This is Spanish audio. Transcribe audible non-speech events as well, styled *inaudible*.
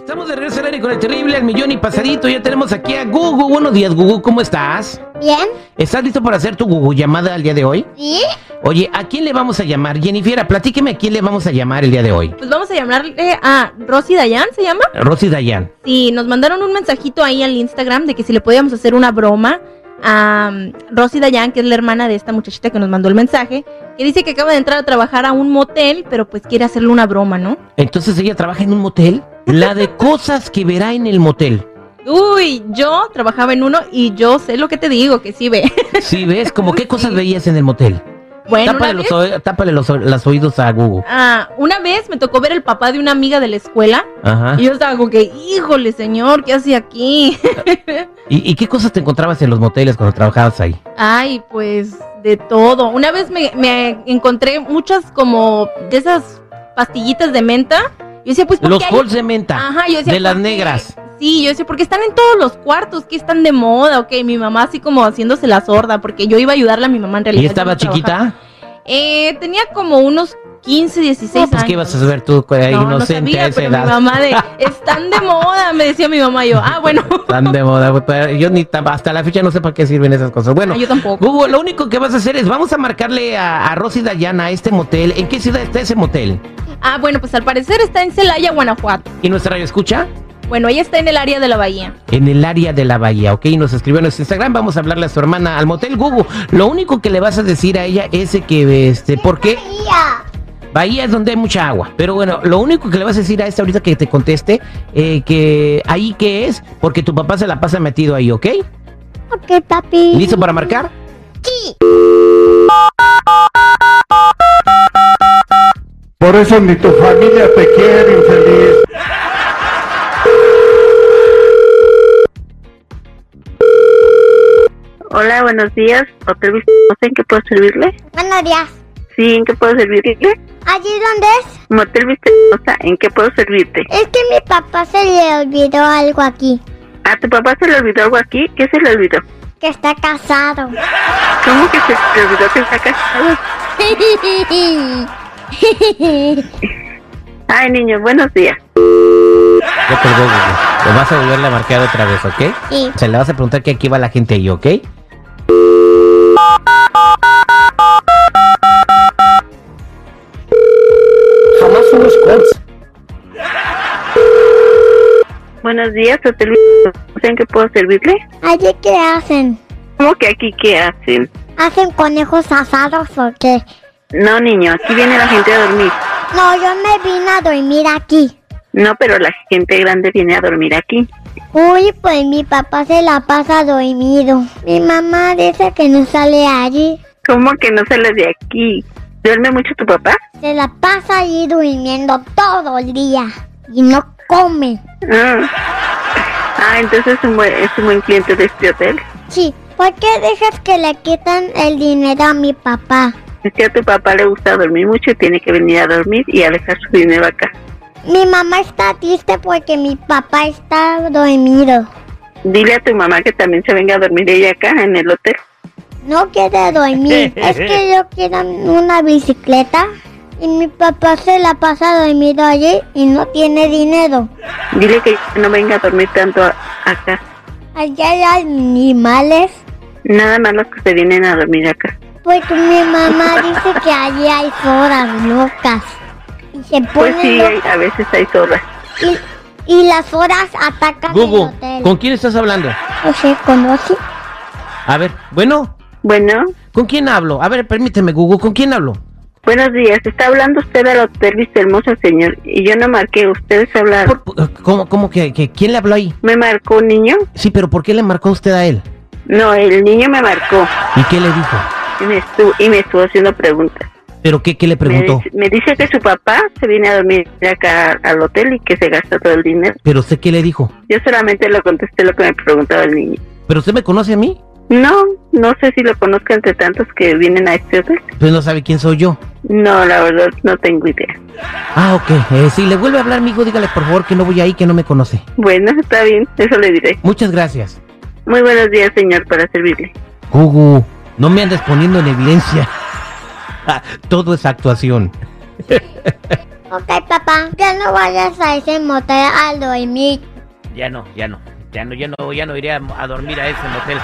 Estamos de regreso al aire con el terrible, el millón y pasadito. Ya tenemos aquí a Gugu. Buenos días, Gugu. ¿Cómo estás? Bien, ¿Estás listo para hacer tu Gugu llamada al día de hoy? sí. Oye, ¿a quién le vamos a llamar? Jennifer, platíqueme a quién le vamos a llamar el día de hoy. Pues vamos a llamarle a Rosy Dayan, ¿se llama? Rosy Dayan. Sí, nos mandaron un mensajito ahí al Instagram de que si le podíamos hacer una broma a mm, Rosy Dayan, que es la hermana de esta muchachita que nos mandó el mensaje, que dice que acaba de entrar a trabajar a un motel, pero pues quiere hacerle una broma, ¿no? Entonces ella trabaja en un motel. La de cosas que verá en el motel. Uy, yo trabajaba en uno y yo sé lo que te digo, que sí ve. *laughs* Sí, ¿ves? Como qué cosas veías en el motel. Bueno, una tápale vez, los, oe- tápale los, o- los oídos a Gugu. ah, una vez me tocó ver el papá de una amiga de la escuela Ajá. y yo estaba como que, híjole señor, ¿qué hace aquí? *laughs* ¿Y, y qué cosas te encontrabas en los moteles cuando trabajabas ahí? Ay, pues de todo. Una vez me, me encontré muchas como de esas pastillitas de menta. Yo decía, pues ¿por Los qué hay- cols de menta. Ajá, yo decía, de las ¿por qué? negras. Sí, yo decía, porque están en todos los cuartos, que están de moda, ok. Mi mamá así como haciéndose la sorda, porque yo iba a ayudarla a mi mamá en realidad. ¿Y yo estaba no trabajaba. chiquita? Eh, tenía como unos 15, 16 No, pues años. qué ibas a saber tú, eh, no, no inocente sabía, a esa pero mi edad. *laughs* mamá de, están de moda, me decía mi mamá, yo, ah, bueno, Tan de moda, güey, pero yo ni tan- hasta la fecha no sé para qué sirven esas cosas. *laughs* Bueno, Ah, yo tampoco. Google, lo único que vas a hacer es vamos a marcarle a, a Rosy Dayana a este motel. ¿En qué ciudad está ese motel? Ah, bueno, pues al parecer está en Celaya, Guanajuato. ¿Y nuestra radio escucha? Bueno, ella está en el área de la bahía. En el área de la bahía, ¿ok? Nos escribió en nuestro Instagram, vamos a hablarle a su hermana al motel Google. Lo único que le vas a decir a ella es de que, este, ¿por qué? Mira, Bahía es donde hay mucha agua. Pero bueno, lo único que le vas a decir a esta ahorita que te conteste, eh, que ahí qué es, porque tu papá se la pasa metido ahí, ¿ok? ok, papi. ¿Listo para marcar? Sí. Por eso ni tu familia te quiere, infeliz. Hola, buenos días. Hotel Vista Hermosa, ¿en qué puedo servirle? Buenos días. Sí, ¿en qué puedo servirle? ¿Allí dónde es? Motel Vista Hermosa, ¿en qué puedo servirte? Es que mi papá se le olvidó algo aquí. ¿A tu papá se le olvidó algo aquí? ¿Qué se le olvidó? Que está *laughs* casado. ¿Cómo que se le olvidó que está casado? Ay, niño, buenos días. Ya colgó, Gugu. Lo vas a volverle a marcar otra vez, ¿ok? Sí. Se le vas a preguntar que aquí va la gente ahí, ¿ok? Jamás unos cots. Buenos días, Hotel Vista Hermosa, ¿en qué puedo servirle? ¿Allí qué hacen? ¿Cómo que aquí qué hacen? ¿Hacen conejos asados o qué? No, niño, aquí viene la gente a dormir. No, yo me vine a dormir aquí. No, pero la gente grande viene a dormir aquí. Uy, pues mi papá se la pasa dormido. Mi mamá dice que no sale allí. ¿Cómo que no sales de aquí? ¿Duerme mucho tu papá? Se la pasa allí durmiendo todo el día. Y no come. Ah, Ah, entonces es un buen, es un buen cliente de este hotel. Sí, ¿por qué dejas que le quitan el dinero a mi papá? Es que a tu papá le gusta dormir mucho y tiene que venir a dormir y a dejar su dinero acá. Mi mamá está triste porque mi papá está dormido. Dile a tu mamá que también se venga a dormir ella acá en el hotel. No quiere dormir. es que yo quiero una bicicleta y mi papá se la pasa dormido allí y no tiene dinero. Dile que no venga a dormir tanto a- acá. Allá hay animales. Nada más los que se vienen a dormir acá. Porque mi mamá dice que allí hay horas locas. Y se Pues ponen sí, hay- locas a veces hay zorras. y, y las horas atacan Gugu, el hotel. ¿con quién estás hablando? ¿O se conoce? A ver, bueno, Bueno, ¿con quién hablo? A ver, permíteme, Gugu, ¿con quién hablo? buenos días. Está hablando usted al hotel Vista Hermosa, señor. Y yo no marqué. Ustedes hablaron. Por- ¿Cómo, cómo que, que- quién le habló ahí? ¿Me marcó un niño? Sí, pero ¿por qué le marcó usted a él? No, el niño me marcó ¿Y qué le dijo? y me estuvo, y me estuvo haciendo preguntas. ¿Pero qué, qué le Me preguntó? dice, me dice que su papá se viene a dormir acá al hotel y que se gasta todo el dinero. ¿Pero usted qué le dijo? Yo solamente le contesté lo que me preguntaba el niño. ¿Pero usted me conoce a mí? No, no sé si lo conozco entre tantos que vienen a este hotel. Pues no sabe quién soy yo. No, la verdad no tengo idea. Ah, ok. Eh, si le vuelve a hablar, mi hijo, dígale por favor que no voy ahí, que no me conoce. Bueno, está bien, eso le diré. Muchas gracias. Muy buenos días, señor, para servirle. Gugu, no me andes poniendo en evidencia. *laughs* Ah, Todo es actuación. Ok, papá, ya no vayas a ese motel a dormir. Ya no, ya no. Ya no, ya no, ya no iré a, a dormir a ese motel.